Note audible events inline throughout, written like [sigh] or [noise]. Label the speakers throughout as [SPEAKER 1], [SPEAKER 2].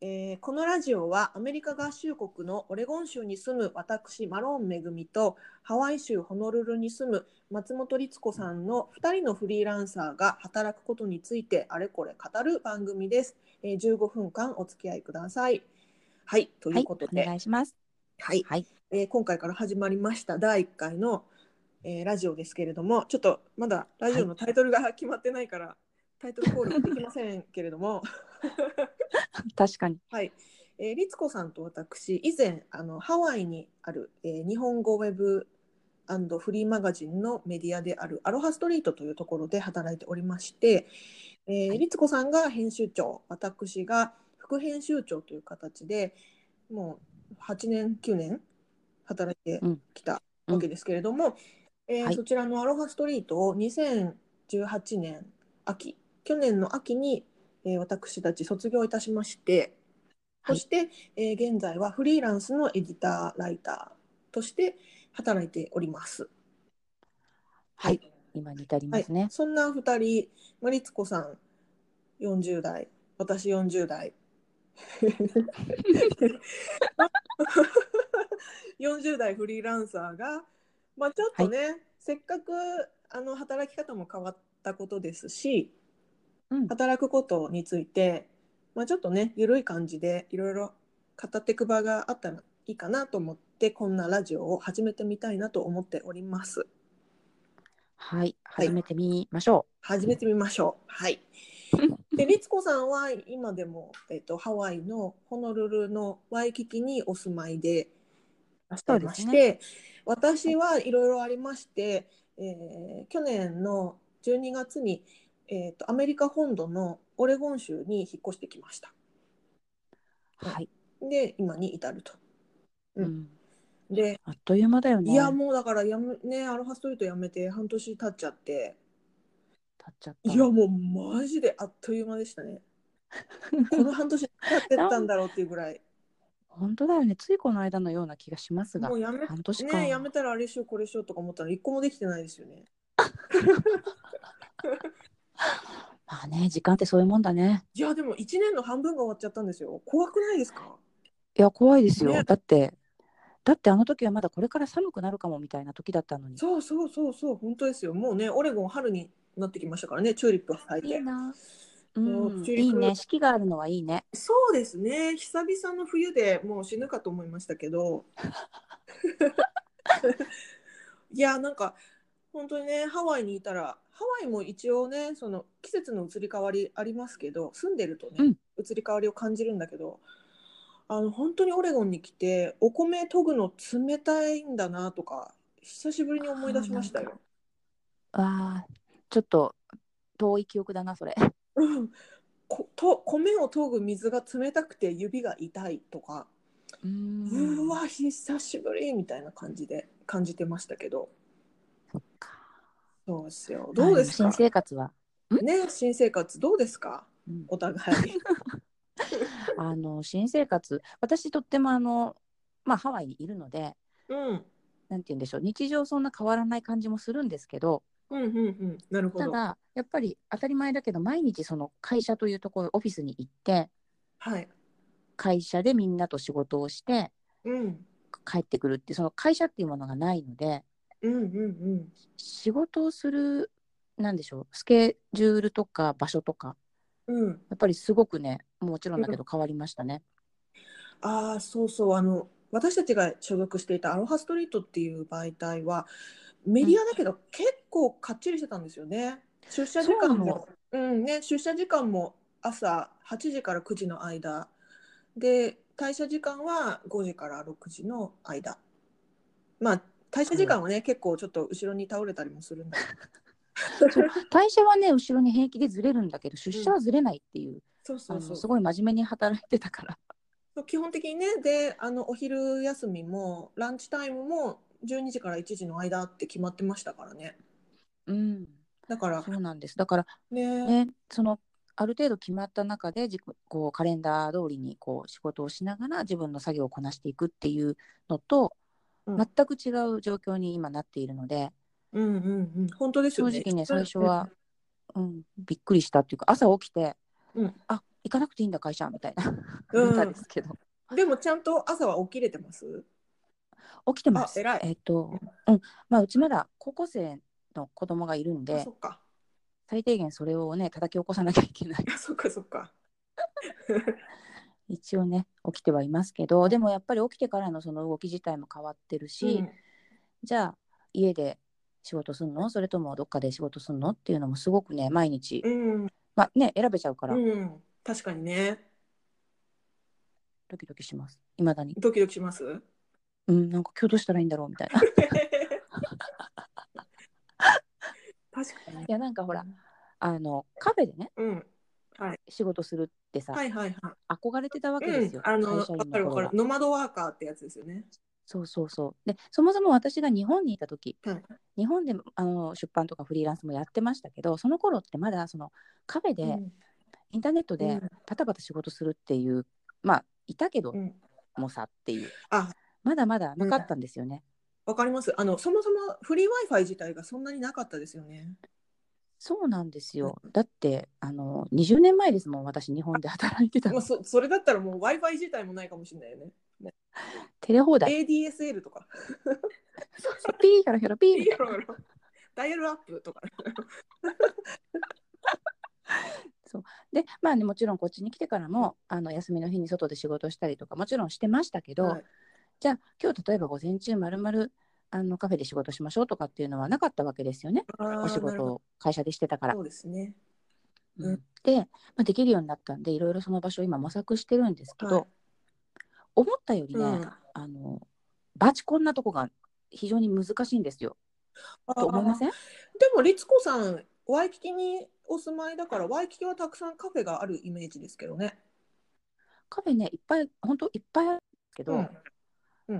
[SPEAKER 1] えーこのラジオはアメリカ合衆国のオレゴン州に住む私マローンめぐみとハワイ州ホノルルに住む松本律子さんの2人のフリーランサーが働くことについてあれこれ語る番組です。えー15分間お付き合いください。はいと
[SPEAKER 2] はいいう
[SPEAKER 1] こと
[SPEAKER 2] お
[SPEAKER 1] で、
[SPEAKER 2] 願いします。
[SPEAKER 1] はい
[SPEAKER 2] はい。
[SPEAKER 1] えー今回から始まりました第1回の、えーラジオですけれどもちょっとまだラジオのタイトルが決まってないから、タイトルコールもできませんけれども。
[SPEAKER 2] 確かに。
[SPEAKER 1] はい、えー、律子さんと私以前あのハワイにある、えー日本語ウェブフリーマガジンのメディアであるアロハストリートというところで働いておりまして、えー
[SPEAKER 2] はい
[SPEAKER 1] 律子さんが編集長私が副編集長という形でもう8年9年働いてきたわけですけれども、えー
[SPEAKER 2] はい
[SPEAKER 1] そちらのアロハストリートを2018年秋去年の秋に、えー私たち卒業いたしまして
[SPEAKER 2] は
[SPEAKER 1] そ
[SPEAKER 2] い
[SPEAKER 1] して、えー現在はフリーランスのエディターライターとして働いております。
[SPEAKER 2] はい。今に至りますね。
[SPEAKER 1] そんな2人、まりつこさん40代、私40代。40代フリーランサーが、まあ、ちょっとね、せっかくあの働き方も変わったことですし、
[SPEAKER 2] うん。
[SPEAKER 1] 働くことについて、まあ、ちょっとね緩い感じでいろいろ語ってく場があったらいいかなと思ってこんなラジオを始めてみたいなと思っております。
[SPEAKER 2] はい。始めてみましょ
[SPEAKER 1] 始めてみましょう。
[SPEAKER 2] [laughs]
[SPEAKER 1] はい。で、律子さんは今でも、えっと、ハワイのホノルルのワイキキにお住まいでいらっしゃいまし
[SPEAKER 2] そう
[SPEAKER 1] て、私はいろいろありまして、えー去年の12月に、えっと、アメリカ本土のオレゴン州に引っ越してきました。
[SPEAKER 2] う。はい。
[SPEAKER 1] で、今に至ると。うん
[SPEAKER 2] うん。
[SPEAKER 1] で、
[SPEAKER 2] あっという間だよね。
[SPEAKER 1] いや、もうだからやめ、ね、アロハストリートやめて半年経っちゃって、
[SPEAKER 2] 経っちゃっ
[SPEAKER 1] い
[SPEAKER 2] た。
[SPEAKER 1] や、もうマジであっという間でしたね。この半年経ってったんだろうっていうぐらい。
[SPEAKER 2] [laughs] 本当だよね。ついこの間のような気がしますが
[SPEAKER 1] もう。やめ
[SPEAKER 2] 半年間。
[SPEAKER 1] ねやめたらあれしようこれしようとか思ったら一個もできてないですよね。
[SPEAKER 2] まあね、時間ってそういうもんだね。
[SPEAKER 1] いやでも一年の半分が終わっちゃったんですよ。怖くないですか？
[SPEAKER 2] いや、怖いですよ。
[SPEAKER 1] ね
[SPEAKER 2] だって。だってあの時はまだこれから寒くなるかもみたいな時だったのに。
[SPEAKER 1] そうそうそうそう本当ですよ。もうねオレゴン春になってきましたからねチューリップ咲い
[SPEAKER 2] いい
[SPEAKER 1] て。
[SPEAKER 2] な。う。
[SPEAKER 1] もうんチューリッ
[SPEAKER 2] いい
[SPEAKER 1] プ
[SPEAKER 2] ね。四季があるのはいいね。
[SPEAKER 1] そうですね久々の冬でもう死ぬかと思いましたけど。 [laughs] いやなんか本当にねハワイにいたらハワイも一応ねその季節の移り変わりありますけど住んでるとね、
[SPEAKER 2] うん
[SPEAKER 1] 移り変わりを感じるんだけどあの本当にオレゴンに来てお米研ぐの冷たいんだなとか久しぶりに思い出しましたよ。
[SPEAKER 2] ああ。ちょっと。遠い記憶だな、それ。
[SPEAKER 1] うん [laughs] こと米を研ぐ水が冷たくて指が痛いとか
[SPEAKER 2] うー。
[SPEAKER 1] うんわ久しぶりみたいな感じで感じてましたけど
[SPEAKER 2] そっか
[SPEAKER 1] そうですよどうです
[SPEAKER 2] ま
[SPEAKER 1] か
[SPEAKER 2] あも新生活は、
[SPEAKER 1] ね新生活どうですか
[SPEAKER 2] うん
[SPEAKER 1] お互い
[SPEAKER 2] あの新生活私とってもあの、まあ、ハワイにいるので
[SPEAKER 1] [laughs] うん
[SPEAKER 2] なんて言うんでしょう日常そんな変わらない感じもするんですけど
[SPEAKER 1] うんうんうんなるほ
[SPEAKER 2] た
[SPEAKER 1] ど
[SPEAKER 2] だやっぱり当たり前だけど毎日その会社というところオフィスに行って
[SPEAKER 1] はい
[SPEAKER 2] 会社でみんなと仕事をして
[SPEAKER 1] うん
[SPEAKER 2] 帰ってくるってその会社っていうものがないので
[SPEAKER 1] うんうんうん
[SPEAKER 2] 仕事をするなんでしょうスケジュールとか場所とか
[SPEAKER 1] うん
[SPEAKER 2] やっぱりすごくねもちろんだけど変わりましたね。
[SPEAKER 1] ああそうそうあの私たちが所属していたアロハストリートっていう媒体はメディアだけど結構かっちりしてたんですよね。出社時間もうんね出社時間も朝8時から9時の間で退社時間は5時から6時の間。まあ退社時間はね、結構ちょっと後ろに倒れたりもするんだけど。
[SPEAKER 2] そう代謝はね後ろに平気でずれるんだけど出社はずれないっていう、
[SPEAKER 1] そうそ
[SPEAKER 2] あ
[SPEAKER 1] う
[SPEAKER 2] の
[SPEAKER 1] そう
[SPEAKER 2] すごい真面目に働いてたから
[SPEAKER 1] 基本的にねであのお昼休みもランチタイムも12時から1時の間って決まってましたからね
[SPEAKER 2] うん
[SPEAKER 1] だから
[SPEAKER 2] そうなんですだから
[SPEAKER 1] ね
[SPEAKER 2] ねそのある程度決まった中で自己こうカレンダー通りにこう仕事をしながら自分の作業をこなしていくっていうのと、
[SPEAKER 1] うん
[SPEAKER 2] 全く違う状況に今なっているので
[SPEAKER 1] うんうんうん本当です
[SPEAKER 2] 正
[SPEAKER 1] よね
[SPEAKER 2] 直ね最初は、うん、びっくりしたっていうか朝起きて、
[SPEAKER 1] うん
[SPEAKER 2] あ行かなくていいんだ会社みたいな [laughs]
[SPEAKER 1] うん
[SPEAKER 2] ネタですけど、
[SPEAKER 1] でもちゃんと朝は起きれてます
[SPEAKER 2] 起きてます
[SPEAKER 1] あ偉い
[SPEAKER 2] えっ、とうんまあうちまだ高校生の子供がいるん
[SPEAKER 1] あ
[SPEAKER 2] で
[SPEAKER 1] そっか [laughs]
[SPEAKER 2] 最低限それをね叩き起こさなきゃいけない [laughs]
[SPEAKER 1] あそっかそっか
[SPEAKER 2] 一応ね起きてはいますけどでもやっぱり起きてからのその動き自体も変わってるし、
[SPEAKER 1] うん
[SPEAKER 2] じゃあ家で仕事すんのそれともどっかで仕事すんのっていうのもすごくね毎日、
[SPEAKER 1] うん
[SPEAKER 2] まあね選べちゃうから
[SPEAKER 1] うん確かにね
[SPEAKER 2] ドキドキしますいまだに
[SPEAKER 1] ドキドキします
[SPEAKER 2] [laughs] うんなんか今日どうしたらいいんだろうみた
[SPEAKER 1] [laughs]
[SPEAKER 2] いない
[SPEAKER 1] 確かに
[SPEAKER 2] やなんかほらあのカフェでね
[SPEAKER 1] うん
[SPEAKER 2] 仕事するってさ、
[SPEAKER 1] はいはいはい
[SPEAKER 2] 憧れてたわけです
[SPEAKER 1] う
[SPEAKER 2] よ
[SPEAKER 1] ん、、あの、
[SPEAKER 2] 会社
[SPEAKER 1] わ
[SPEAKER 2] 員
[SPEAKER 1] かる
[SPEAKER 2] の
[SPEAKER 1] わか
[SPEAKER 2] 頃
[SPEAKER 1] る
[SPEAKER 2] は。
[SPEAKER 1] ノマドワーカーってやつですよね。
[SPEAKER 2] そうそうそうでそもそも私が日本にいた時、
[SPEAKER 1] はい
[SPEAKER 2] 日本でもあの出版とかフリーランスもやってましたけどその頃ってまだそのカフェで、
[SPEAKER 1] うん
[SPEAKER 2] インターネット
[SPEAKER 1] う
[SPEAKER 2] で
[SPEAKER 1] ん
[SPEAKER 2] パタパタ仕事するっていうまあいたけど
[SPEAKER 1] うん、
[SPEAKER 2] もさっていう
[SPEAKER 1] あ、
[SPEAKER 2] まだまだなかったんですよね。
[SPEAKER 1] わかります。あの、そもそもフリー Wi-Fi 自体がそんなになかったですよね。
[SPEAKER 2] そうなんですよだってあの20年前ですもん私日本で働いてた
[SPEAKER 1] まあ、そ、それだったらもう Wi-Fi 自体もないかもしれないよね。
[SPEAKER 2] テレ放題
[SPEAKER 1] ADSL と
[SPEAKER 2] [laughs]
[SPEAKER 1] か。
[SPEAKER 2] そうそうピーヒャラヒャラピーみたいな
[SPEAKER 1] ダイヤルアップとか。
[SPEAKER 2] でまあねもちろんこっちに来てからもあの休みの日に外で仕事したりとかもちろんしてましたけど、
[SPEAKER 1] はい
[SPEAKER 2] じゃあ今日例えば午前中まるまるあのカフェで仕事しましょうとかっていうのはなかったわけですよね
[SPEAKER 1] あー
[SPEAKER 2] お
[SPEAKER 1] なる
[SPEAKER 2] 仕事
[SPEAKER 1] ほど
[SPEAKER 2] を会社でしてたから
[SPEAKER 1] そ。うですね。
[SPEAKER 2] う
[SPEAKER 1] うん
[SPEAKER 2] ん、で、まあ、できるようになったんでいろいろその場所を今模索してるんですけど、
[SPEAKER 1] はい
[SPEAKER 2] 思ったよりね、
[SPEAKER 1] うん
[SPEAKER 2] あのバチコンなとこが非常に難しいんですよと思いま
[SPEAKER 1] あー
[SPEAKER 2] せん
[SPEAKER 1] でも、律子さん、ワイキキにお住まいだから、ワイキキはたくさんカフェがあるイメージですけどね。
[SPEAKER 2] カフェねいっぱい本当いっぱいあるんですけど、
[SPEAKER 1] うん。うん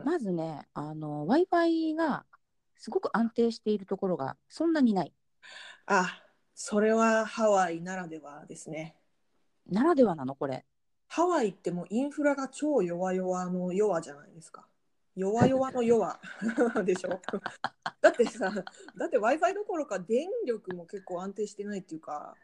[SPEAKER 2] まずねあの w i f i がすごく安定しているところがそんなにない
[SPEAKER 1] あ、それはハワイならではですね。
[SPEAKER 2] ならではなのこれ
[SPEAKER 1] ハワイってもうインフラが超弱々の弱じゃないですか。弱々の弱 [laughs] でしょ。 [laughs] だってさ、だって Wi-Fi どころか電力も結構安定してないっていうか、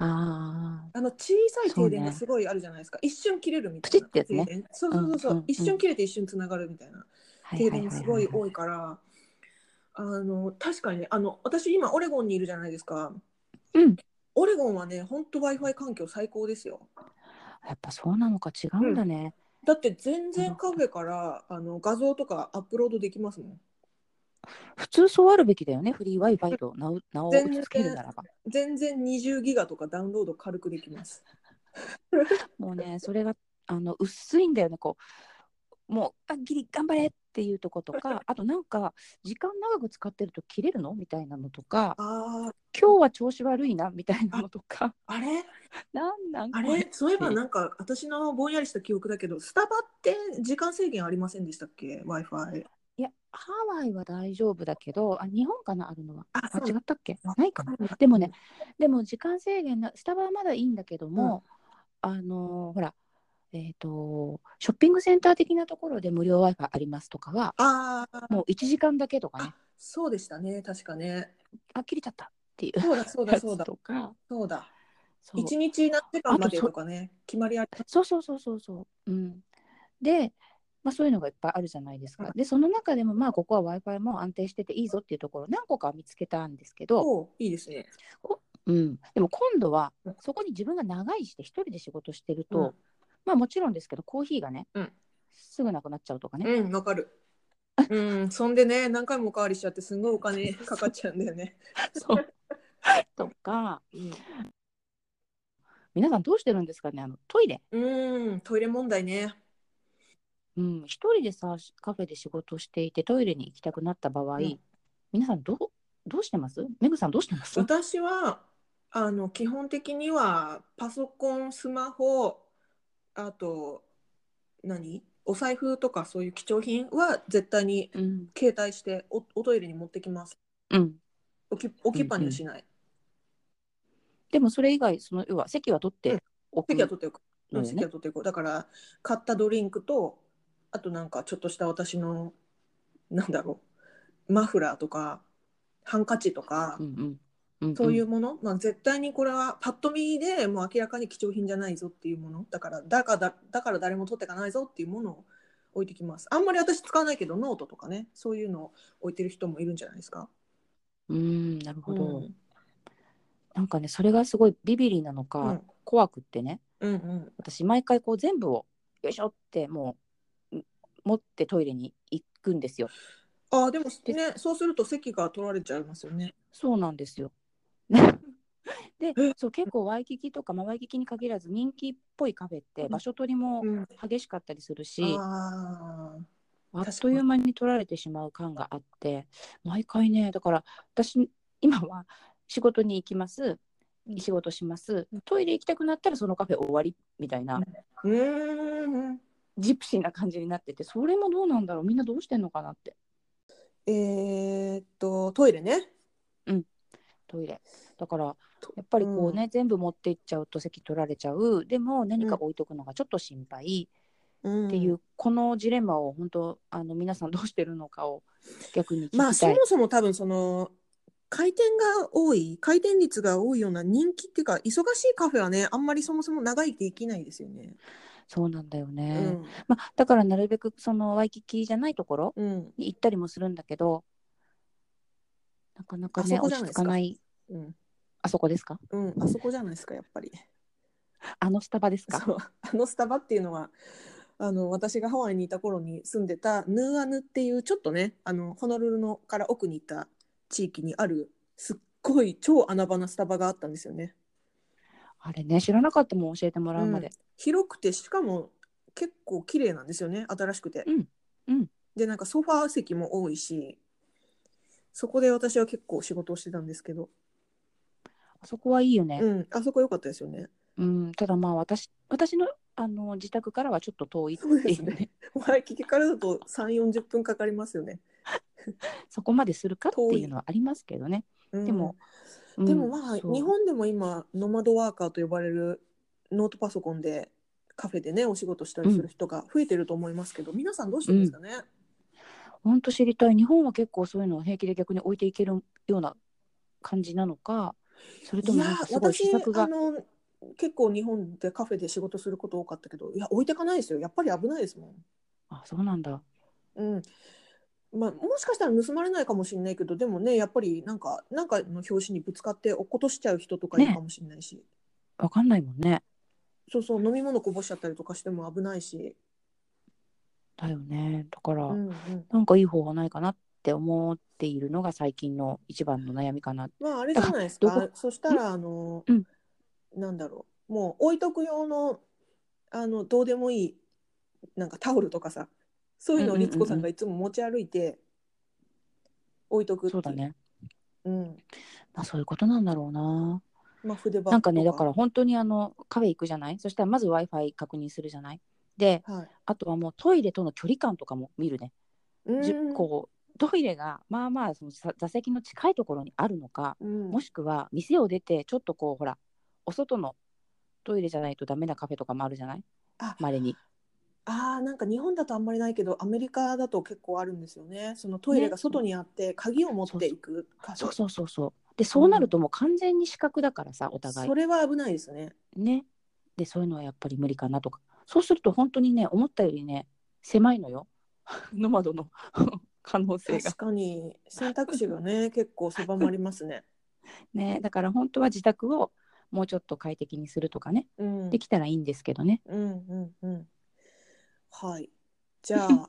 [SPEAKER 2] あー
[SPEAKER 1] あの小さい停電がすごいあるじゃないですか。一瞬切れるみたいな。
[SPEAKER 2] プチってやつね
[SPEAKER 1] 停電そうそうそうそう、
[SPEAKER 2] うんうんうん
[SPEAKER 1] 一瞬切れて一瞬つながるみたいな。
[SPEAKER 2] はい
[SPEAKER 1] 停
[SPEAKER 2] はい
[SPEAKER 1] 電
[SPEAKER 2] はい
[SPEAKER 1] す
[SPEAKER 2] は
[SPEAKER 1] ご
[SPEAKER 2] い
[SPEAKER 1] い多いから、あの確かにね、あの私今オレゴンにいるじゃないですか。
[SPEAKER 2] うん
[SPEAKER 1] オレゴンはね、本当 Wi-Fi 環境最高ですよ。
[SPEAKER 2] やっぱそうなのか違うんだね、
[SPEAKER 1] だって全然カフェから、あの画像とかアップロードできますもん。
[SPEAKER 2] 普通そうあるべきだよねフリー w i f i と名を名を打ちつけるならば
[SPEAKER 1] 全然20ギガとかダウンロード軽くできます。
[SPEAKER 2] もうね、それがあの薄いんだよね、こう、もう、あギリ頑張れっていうとこと
[SPEAKER 1] [laughs]
[SPEAKER 2] か、あとなんか、時間長く使ってると切れるのみたいなのとか、
[SPEAKER 1] あ
[SPEAKER 2] 今日は調子悪いなみたいなのと
[SPEAKER 1] [laughs]
[SPEAKER 2] か、
[SPEAKER 1] あ、あれ
[SPEAKER 2] なんなん
[SPEAKER 1] あ
[SPEAKER 2] こ
[SPEAKER 1] れ
[SPEAKER 2] れ、
[SPEAKER 1] そういえばなんか私のぼんやりした記憶だけど、スタバって時間制限ありませんでしたっけ ?Wi-Fi。
[SPEAKER 2] いや、ハワイは大丈夫だけど、あ日本かな、あるのは。
[SPEAKER 1] あ、
[SPEAKER 2] あ
[SPEAKER 1] そう
[SPEAKER 2] 違ったっけないかな。でもね、でも時間制限な、スタバはまだいいんだけども、あのーほら、えっ、と、ショッピングセンター的なところで無料 Wi-Fi ありますとかは、
[SPEAKER 1] ああ、
[SPEAKER 2] もう1時間だけとかね
[SPEAKER 1] あ、そうでしたね、確か [laughs] ね。
[SPEAKER 2] あ、切れちゃったっていう。
[SPEAKER 1] そうだ、そうだ、そうだ、
[SPEAKER 2] とか
[SPEAKER 1] そうだ。
[SPEAKER 2] そう
[SPEAKER 1] 一日何時間まで
[SPEAKER 2] あとそ
[SPEAKER 1] とかね、決まりあり
[SPEAKER 2] そうそうそうそうそう、うん、で、まあ、そういうのがいっぱいあるじゃないですか、
[SPEAKER 1] うん
[SPEAKER 2] でその中でもまあここは w i f i も安定してていいぞっていうところ何個か見つけたんですけど、
[SPEAKER 1] おういいですね。
[SPEAKER 2] うん、でも今度は
[SPEAKER 1] うん
[SPEAKER 2] そこに自分が長いして一人で仕事してると、
[SPEAKER 1] うん
[SPEAKER 2] まあもちろんですけどコーヒーがね、
[SPEAKER 1] うん
[SPEAKER 2] すぐなくなっちゃうとかね、
[SPEAKER 1] うん、わかる。うん、そんでね、何回もおかわりしちゃって、すごいお金かかっちゃうんだよね。 [laughs]
[SPEAKER 2] そう [laughs] とか皆さんどうしてるんですかねあのトイレ、
[SPEAKER 1] うん、トイレ問題ね。
[SPEAKER 2] うん、一人でさカフェで仕事していてトイレに行きたくなった場合、
[SPEAKER 1] うん
[SPEAKER 2] 皆さんどうどうしてますメグさんどうしてます
[SPEAKER 1] 私は、あの、基本的には、パソコン、スマホ、あと、何お財布とかそういう貴重品は絶対に
[SPEAKER 2] うん、
[SPEAKER 1] 携帯しておおトイレに持ってきます。
[SPEAKER 2] うん、
[SPEAKER 1] 置き置きっぱにはしない。
[SPEAKER 2] でもそれ以外その要は席は取っておく
[SPEAKER 1] 席は取っておく。
[SPEAKER 2] のよ
[SPEAKER 1] 席
[SPEAKER 2] ね
[SPEAKER 1] は取っておく。だから、買ったドリンクと、あとなんかちょっとした私の、なんだろう、マフラーとか、ハンカチとか
[SPEAKER 2] う、んうんうん
[SPEAKER 1] そういうもの、まあ、絶対にこれはパッと見でもう明らかに貴重品じゃないぞっていうものだからだからだから誰も取っていかないぞっていうものを置いてきますあんまり私使わないけどノートとかねそういうのを置いてる人もいるんじゃないですか。
[SPEAKER 2] うん、うんなるほど、
[SPEAKER 1] うん
[SPEAKER 2] なんかねそれがすごいビビリなのか、
[SPEAKER 1] うん
[SPEAKER 2] 怖くってね
[SPEAKER 1] うんうん
[SPEAKER 2] 私毎回こう全部をよいしょってもうん持ってトイレに行くんですよ
[SPEAKER 1] ああでもねそうすると席が取られちゃいますよね。
[SPEAKER 2] そうなんですよ [laughs] で
[SPEAKER 1] え
[SPEAKER 2] そう結構ワイキキとか、まあ、ワイキキに限らず人気っぽいカフェって場所取りも
[SPEAKER 1] うん、
[SPEAKER 2] 激しかったりするし、
[SPEAKER 1] ああ
[SPEAKER 2] あっという間に取られてしまう感があって毎回ねだから私今は仕事に行きます
[SPEAKER 1] うん
[SPEAKER 2] 仕事します
[SPEAKER 1] うん
[SPEAKER 2] トイレ行きたくなったらそのカフェ終わりみたいな
[SPEAKER 1] うーん
[SPEAKER 2] ジプシーな感じになっててそれもどうなんだろうみんなどうしてんのかなって
[SPEAKER 1] えーっとトイレね。
[SPEAKER 2] トイレだからやっぱりこうね、全部持って行っちゃうと席取られちゃうでも何か置いとくのがちょっと心配
[SPEAKER 1] うん
[SPEAKER 2] っていう、このジレンマを本当あの皆さんどうしてるのかを逆に聞きたい、
[SPEAKER 1] まあそもそも多分その回転が多い回転率が多いような人気っていうか忙しいカフェはねあんまりそもそも長生きできないですよね。
[SPEAKER 2] そうなんだよ
[SPEAKER 1] う
[SPEAKER 2] ね、
[SPEAKER 1] ん
[SPEAKER 2] まあ、だからなるべくそのワイキキじゃないところ
[SPEAKER 1] うん
[SPEAKER 2] に行ったりもするんだけどなかなか
[SPEAKER 1] あ
[SPEAKER 2] ね
[SPEAKER 1] そこじ
[SPEAKER 2] 落
[SPEAKER 1] ゃないで
[SPEAKER 2] ち着
[SPEAKER 1] すか
[SPEAKER 2] かない
[SPEAKER 1] うん
[SPEAKER 2] あそこですか
[SPEAKER 1] うんあそこじゃないですかやっぱり。
[SPEAKER 2] あのスタバですか
[SPEAKER 1] そうあのスタバっていうのはあの私がハワイにいた頃に住んでたヌーアヌっていうちょっとねあのホノルルのから奥に行った地域にあるすっごい超穴場なスタバがあったんですよね。
[SPEAKER 2] あれね知らなかったもん教えてもらうまで、
[SPEAKER 1] 広くてしかも結構綺麗なんですよね新しくて、
[SPEAKER 2] うんうん
[SPEAKER 1] でなんかソファー席も多いしそこで私は結構仕事をしてたんですけど、
[SPEAKER 2] あそこはいいよね、
[SPEAKER 1] うん、あそこ良かったですよね [laughs]
[SPEAKER 2] うんただまあ私私のあの自宅からはちょっと遠いってい
[SPEAKER 1] そううで
[SPEAKER 2] ね
[SPEAKER 1] すワイキキからだと3 4 0分かかりますよね、
[SPEAKER 2] [laughs] そこまでするかっていうのはありますけどね
[SPEAKER 1] うん
[SPEAKER 2] でも、うん
[SPEAKER 1] でもまあ
[SPEAKER 2] そう
[SPEAKER 1] 日本でも今ノマドワーカーと呼ばれるノートパソコンでカフェでねお仕事したりする人が増えてると思いますけど、皆さんどうしてるんですかね、
[SPEAKER 2] ほんと知りたい日本は結構そういうのを平気で逆に置いていけるような感じなのかそれともなんかすごい施
[SPEAKER 1] 私
[SPEAKER 2] 策
[SPEAKER 1] あ
[SPEAKER 2] が
[SPEAKER 1] の結構日本でカフェで仕事すること多かったけどいや置いてかないですよやっぱり危ないですも
[SPEAKER 2] あそうなんだ
[SPEAKER 1] ん。うんまあ、もしかしたら盗まれないかもしれないけどでもねやっぱりなんかなんかの拍子にぶつかって落っことしちゃう人とかいる
[SPEAKER 2] ね
[SPEAKER 1] かもしれないし、
[SPEAKER 2] わかんないもんね
[SPEAKER 1] そうそう飲み物こぼしちゃったりとかしても危ないし、
[SPEAKER 2] だよねだから、
[SPEAKER 1] うんうん、
[SPEAKER 2] なんかいい方法ないかなって思っているのが最近の一番の悩みかな
[SPEAKER 1] まああれじゃないです
[SPEAKER 2] あど
[SPEAKER 1] かそしたらあの、
[SPEAKER 2] うん
[SPEAKER 1] なんだろうもう置いとく用のあのどうでもいいなんかタオルとかさそういうのを
[SPEAKER 2] うんうんうんうん
[SPEAKER 1] 律子さんがいつも持ち歩いて置いとくってい
[SPEAKER 2] そうだ、ね、
[SPEAKER 1] うん
[SPEAKER 2] まあ、そういうことなんだろうな
[SPEAKER 1] まあ、筆箱、
[SPEAKER 2] なんかねだからら本当にあのカフェ行くじゃないそしたらまず w i f i 確認するじゃないで
[SPEAKER 1] はい、
[SPEAKER 2] あとはもうトイレとの距離感とかも見るね、じ
[SPEAKER 1] うん
[SPEAKER 2] こうトイレがまあまあその座座席の近いところにあるのか
[SPEAKER 1] うん
[SPEAKER 2] もしくは店を出てちょっとこうほらお外のトイレじゃないとダメなカフェとかもあるじゃない
[SPEAKER 1] あ
[SPEAKER 2] まれに
[SPEAKER 1] あーなんか日本だとあんまりないけどアメリカだと結構あるんですよねそのトイレが外にあって鍵を持っていくか
[SPEAKER 2] そうそうそうそうでそうなるともう完全に視覚だからさお互い
[SPEAKER 1] それは危ないですね
[SPEAKER 2] ね。でそういうのはやっぱり無理かなとかそうすると本当にね思ったよりね狭いのよ [laughs] ノマドの [laughs] 可能性が
[SPEAKER 1] 確。かに選択肢がね結構狭まりますね、
[SPEAKER 2] ねだから本当は自宅をもうちょっと快適にするとかね
[SPEAKER 1] うん、
[SPEAKER 2] できたらいいんですけどね。
[SPEAKER 1] うんうんうんはいじゃあ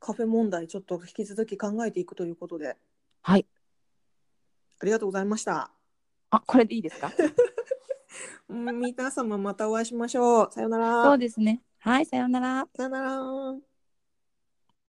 [SPEAKER 1] カフェ問題ちょっと引き続き考えていくということで
[SPEAKER 2] はい
[SPEAKER 1] ありがとうございました
[SPEAKER 2] あこれでいいです [laughs] か
[SPEAKER 1] うん皆様またお会いしましょうさようなら
[SPEAKER 2] そうですね。はいさようなら。
[SPEAKER 1] さようなら